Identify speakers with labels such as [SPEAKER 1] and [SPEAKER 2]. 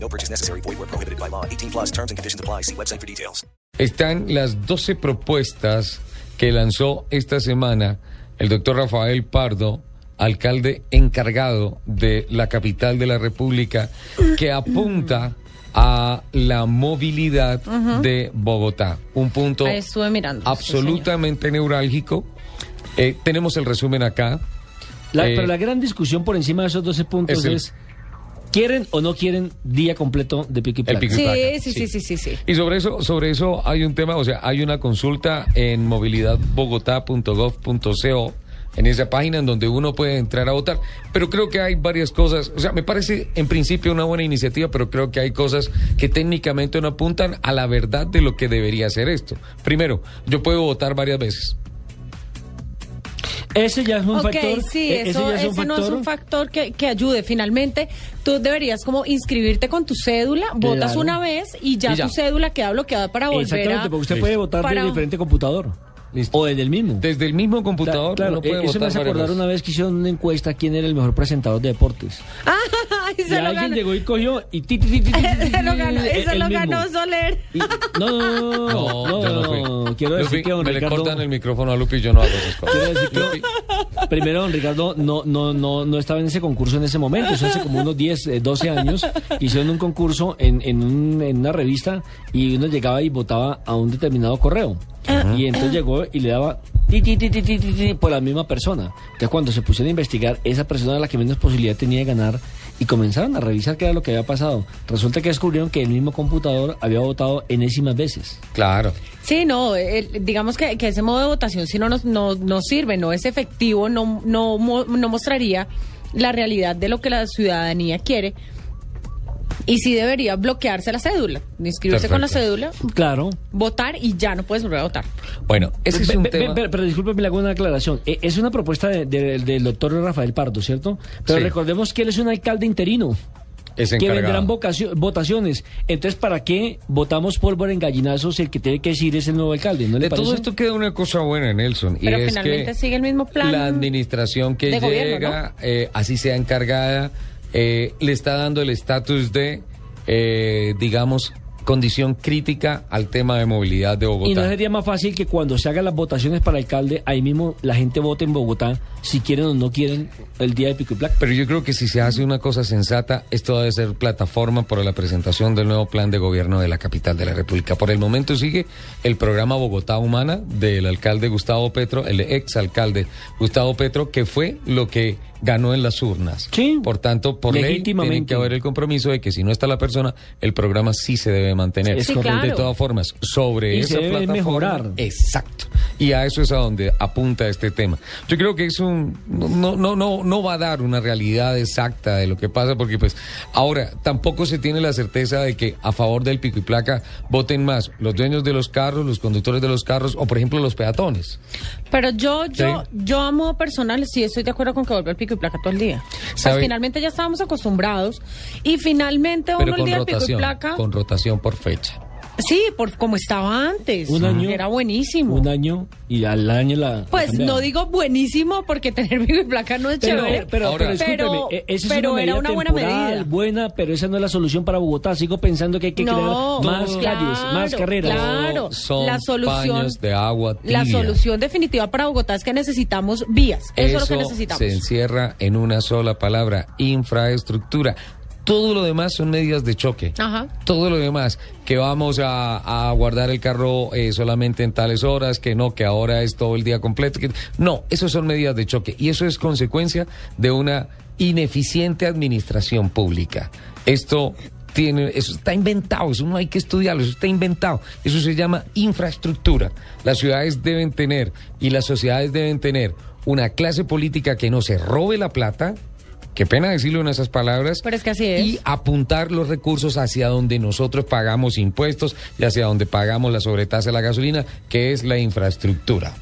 [SPEAKER 1] No purchase necessary. Void where prohibited by law. 18 plus terms and conditions apply. See website for details.
[SPEAKER 2] Están las 12 propuestas que lanzó esta semana el doctor Rafael Pardo, alcalde encargado de la capital de la República, que apunta a la movilidad de Bogotá. Un punto
[SPEAKER 3] Ahí estuve mirando, sí,
[SPEAKER 2] absolutamente neurálgico. Eh, tenemos el resumen acá.
[SPEAKER 4] La-
[SPEAKER 2] Eh,
[SPEAKER 4] pero la gran discusión por encima de esos 12 puntos
[SPEAKER 2] es
[SPEAKER 4] es,
[SPEAKER 2] el-
[SPEAKER 4] ¿quieren o no quieren día completo de pico y
[SPEAKER 2] El
[SPEAKER 4] placa?
[SPEAKER 2] pico y
[SPEAKER 3] Sí,
[SPEAKER 2] placa,
[SPEAKER 3] sí, sí, sí, sí, sí.
[SPEAKER 2] Y sobre eso, sobre eso hay un tema, o sea, hay una consulta en movilidadbogotá.gov.co, en esa página en donde uno puede entrar a votar. Pero creo que hay varias cosas, o sea, me parece en principio una buena iniciativa, pero creo que hay cosas que técnicamente no apuntan a la verdad de lo que debería ser esto. Primero, yo puedo votar varias veces.
[SPEAKER 4] Ese ya es un
[SPEAKER 3] Ok,
[SPEAKER 4] factor.
[SPEAKER 3] sí,
[SPEAKER 4] eh,
[SPEAKER 3] eso,
[SPEAKER 4] ya
[SPEAKER 3] ese no es un factor que, que ayude. Finalmente, tú deberías como inscribirte con tu cédula, votas
[SPEAKER 4] Claro.
[SPEAKER 3] una vez y ya,
[SPEAKER 2] Y ya.
[SPEAKER 3] tu cédula queda bloqueada para volver
[SPEAKER 4] Exactamente,
[SPEAKER 3] a...
[SPEAKER 4] porque usted puede votar
[SPEAKER 3] Para-
[SPEAKER 4] del diferente computador.
[SPEAKER 2] Listo.
[SPEAKER 4] O desde el mismo.
[SPEAKER 2] Desde el mismo computador,
[SPEAKER 4] Cla- claro,
[SPEAKER 2] uno puede
[SPEAKER 4] eh, eso me
[SPEAKER 2] votar
[SPEAKER 4] hace
[SPEAKER 2] varias
[SPEAKER 4] acordar
[SPEAKER 2] veces.
[SPEAKER 4] una vez que hicieron una encuesta quién era el mejor presentador de deportes.
[SPEAKER 3] Ay,
[SPEAKER 4] Y
[SPEAKER 3] Ah, se lo
[SPEAKER 4] alguien
[SPEAKER 3] ganó.
[SPEAKER 4] llegó y cogió y ti, ti, ti, ti, ti, ti,
[SPEAKER 3] Se lo ganó,
[SPEAKER 4] el-
[SPEAKER 3] se
[SPEAKER 4] el
[SPEAKER 3] lo
[SPEAKER 4] mismo.
[SPEAKER 3] ganó Soler.
[SPEAKER 4] Y- No, no, no,
[SPEAKER 2] No, yo no fui.
[SPEAKER 4] no, no, quiero
[SPEAKER 2] Lupi,
[SPEAKER 4] decir que don
[SPEAKER 2] me le
[SPEAKER 4] Ricardo-
[SPEAKER 2] cortan el micrófono a Lupi, yo no hago esas cosas.
[SPEAKER 4] Quiero decir que-
[SPEAKER 2] Lupi,
[SPEAKER 4] Primero, don Ricardo no, no, no, no estaba en ese concurso en ese momento. Eso hace como unos 10, eh, 12 años. Hicieron un concurso en, en, un- en una revista y uno llegaba y votaba a un determinado correo. Y entonces llegó y le daba ti, ti, ti, ti, ti, ti, ti, por la misma persona. Entonces, cuando se pusieron a investigar, esa persona era la que menos posibilidad tenía de ganar y comenzaron a revisar qué era lo que había pasado. Resulta que descubrieron que el mismo computador había votado enésimas veces.
[SPEAKER 2] claro.
[SPEAKER 3] Sí, no, el- digamos que, que ese modo de votación si no nos no, no sirve, no es efectivo, no, no, mo- no mostraría la realidad de lo que la ciudadanía quiere. Y sí debería bloquearse la cédula, inscribirse con la
[SPEAKER 2] Perfecto.
[SPEAKER 3] cédula,
[SPEAKER 4] Claro.
[SPEAKER 3] votar y ya no puedes volver a votar.
[SPEAKER 2] Bueno, ese es
[SPEAKER 4] Pe-
[SPEAKER 2] un
[SPEAKER 4] pe- pe-
[SPEAKER 2] tema.
[SPEAKER 4] Pero, pero discúlpeme, le hago una aclaración. E- Es una propuesta de- de- del doctor Rafael Pardo, ¿cierto? Pero
[SPEAKER 2] Sí.
[SPEAKER 4] recordemos que él es un alcalde interino.
[SPEAKER 2] es
[SPEAKER 4] Que
[SPEAKER 2] encargado.
[SPEAKER 4] vendrán vocacio- votaciones. Entonces, ¿para qué votamos pólvora en gallinazos si el que tiene que decir es el nuevo alcalde? ¿No le
[SPEAKER 2] De
[SPEAKER 4] parece?
[SPEAKER 2] todo esto queda una cosa buena, Nelson.
[SPEAKER 3] Pero
[SPEAKER 2] y es
[SPEAKER 3] finalmente
[SPEAKER 2] que
[SPEAKER 3] sigue el mismo plan
[SPEAKER 2] La administración que
[SPEAKER 3] de
[SPEAKER 2] llega,
[SPEAKER 3] gobierno,
[SPEAKER 2] eh, así sea encargada, eh, le está dando el estatus de, eh, digamos, condición crítica al tema de movilidad de Bogotá.
[SPEAKER 4] Y no sería más fácil que cuando se hagan las votaciones para alcalde, ahí mismo la gente vote en Bogotá si quieren o no quieren el día de pico y placa.
[SPEAKER 2] Pero yo creo que si se hace una cosa sensata, esto debe ser plataforma para la presentación del nuevo plan de gobierno de la capital de la República. Por el momento sigue el programa Bogotá Humana del alcalde Gustavo Petro, el exalcalde Gustavo Petro, que fue lo que ganó en las urnas.
[SPEAKER 4] Sí.
[SPEAKER 2] Por tanto, por ley tiene
[SPEAKER 4] Legítimamente.
[SPEAKER 2] que haber el compromiso de que si no está la persona, el programa sí se debe mantener.
[SPEAKER 4] Es Sí,
[SPEAKER 3] correcto.
[SPEAKER 2] De
[SPEAKER 3] claro.
[SPEAKER 2] todas formas, sobre
[SPEAKER 4] Y
[SPEAKER 2] esa
[SPEAKER 4] se debe
[SPEAKER 2] plataforma,
[SPEAKER 4] mejorar.
[SPEAKER 2] Exacto. Y a eso es a donde apunta este tema. Yo creo que es un no no no no va a dar una realidad exacta de lo que pasa porque pues ahora tampoco se tiene la certeza de que a favor del pico y placa voten más los dueños de los carros, los conductores de los carros o por ejemplo los peatones.
[SPEAKER 3] Pero yo, yo,
[SPEAKER 2] Sí.
[SPEAKER 3] yo a modo personal sí estoy de acuerdo con que vuelva el pico y placa todo el día. Pues
[SPEAKER 2] ¿Sabe?
[SPEAKER 3] finalmente ya estábamos acostumbrados y finalmente
[SPEAKER 2] Pero
[SPEAKER 3] uno el
[SPEAKER 2] con
[SPEAKER 3] día del pico y
[SPEAKER 2] rotación,
[SPEAKER 3] placa...
[SPEAKER 2] con rotación por fecha.
[SPEAKER 3] Sí, por como estaba antes.
[SPEAKER 4] Un año.
[SPEAKER 3] Era buenísimo.
[SPEAKER 4] Un año y al año la. la
[SPEAKER 3] Pues
[SPEAKER 4] cambiaron.
[SPEAKER 3] no digo buenísimo porque tener pico y placa no es
[SPEAKER 4] Pero, eh,
[SPEAKER 3] chévere.
[SPEAKER 4] pero,
[SPEAKER 2] Ahora-
[SPEAKER 4] pero discúlpeme, eh, esa es
[SPEAKER 3] pero
[SPEAKER 4] una
[SPEAKER 3] era
[SPEAKER 4] medida
[SPEAKER 3] una buena
[SPEAKER 4] temporal,
[SPEAKER 3] medida.
[SPEAKER 4] buena, pero esa no es la solución para Bogotá. Sigo pensando que hay que
[SPEAKER 3] No,
[SPEAKER 4] crear más
[SPEAKER 3] claro,
[SPEAKER 4] calles, más carreras.
[SPEAKER 3] Claro,
[SPEAKER 2] Son
[SPEAKER 3] la solución-
[SPEAKER 2] paños de agua
[SPEAKER 3] La
[SPEAKER 2] tibia.
[SPEAKER 3] solución definitiva para Bogotá es que necesitamos vías. Eso, es lo que
[SPEAKER 2] Se
[SPEAKER 3] necesitamos.
[SPEAKER 2] encierra en una sola palabra, infraestructura. Todo lo demás son medidas de choque.
[SPEAKER 3] Ajá.
[SPEAKER 2] Todo lo demás, que vamos a, a guardar el carro eh, solamente en tales horas, que no, que ahora es todo el día completo. que- No, eso son medidas de choque y eso es consecuencia de una ineficiente administración pública. Esto tiene, eso está inventado, eso no hay que estudiarlo, eso está inventado. Eso se llama infraestructura. Las ciudades deben tener y las sociedades deben tener una clase política que no se robe la plata, Qué pena decirle una de esas palabras.
[SPEAKER 3] Pero es que así es.
[SPEAKER 2] Y apuntar los recursos hacia donde nosotros pagamos impuestos y hacia donde pagamos la sobretasa de la gasolina, que es la infraestructura.